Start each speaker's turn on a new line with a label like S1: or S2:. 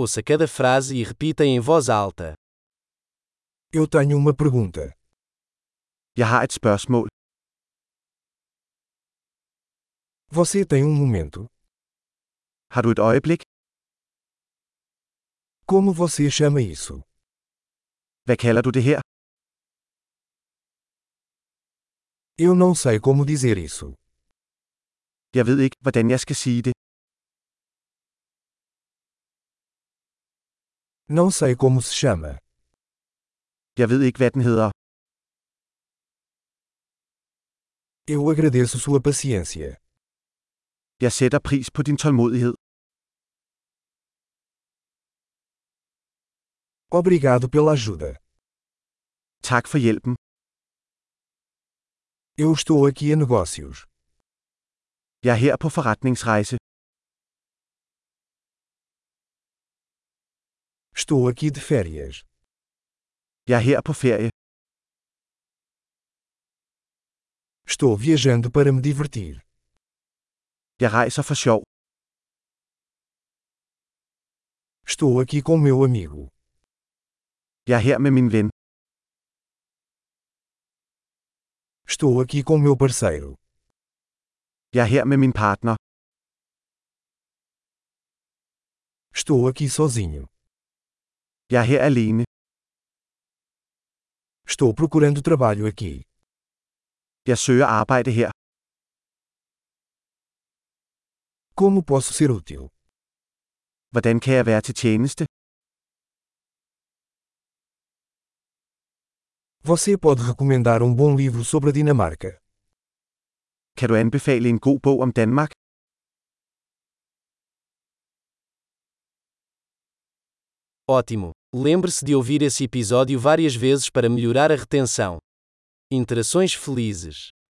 S1: Ouça cada frase e repita em voz alta.
S2: Eu tenho uma pergunta.
S3: Jeg har et spørgsmål.
S2: Você tem um momento?
S3: Har du et øjeblik?
S2: Como você chama isso?
S3: Hvad kalder du det her?
S2: Eu não sei como dizer isso.
S3: Jeg ved ikke, hvordan jeg skal sige det.
S2: Não sei como se chama.
S3: Jeg ved ikke, hvad den hedder.
S2: Eu agradeço sua paciência.
S3: Jeg sætter pris på din tålmodighed.
S2: Obrigado pela ajuda.
S3: Tak for hjælpen.
S2: Eu estou aqui a negócios.
S3: Jeg er her på forretningsrejse.
S2: Estou aqui de férias.
S3: Jeg er her på ferie.
S2: Estou viajando para me divertir.
S3: Jeg rejser for sjov.
S2: Estou aqui com meu amigo.
S3: Jeg er her med min ven.
S2: Estou aqui com meu parceiro.
S3: Jeg er her med min partner.
S2: Estou aqui sozinho.
S3: Jeg er her alene.
S2: Estou procurando trabalho aqui.
S3: Jeg søger arbejde her.
S2: Como posso ser útil?
S3: Hvordan kan jeg være til tjeneste?
S2: Você pode recomendar um bom livro sobre a Dinamarca.
S3: Kan du anbefale en god bog om Danmark?
S1: Ótimo! Lembre-se de ouvir esse episódio várias vezes para melhorar a retenção. Interações felizes.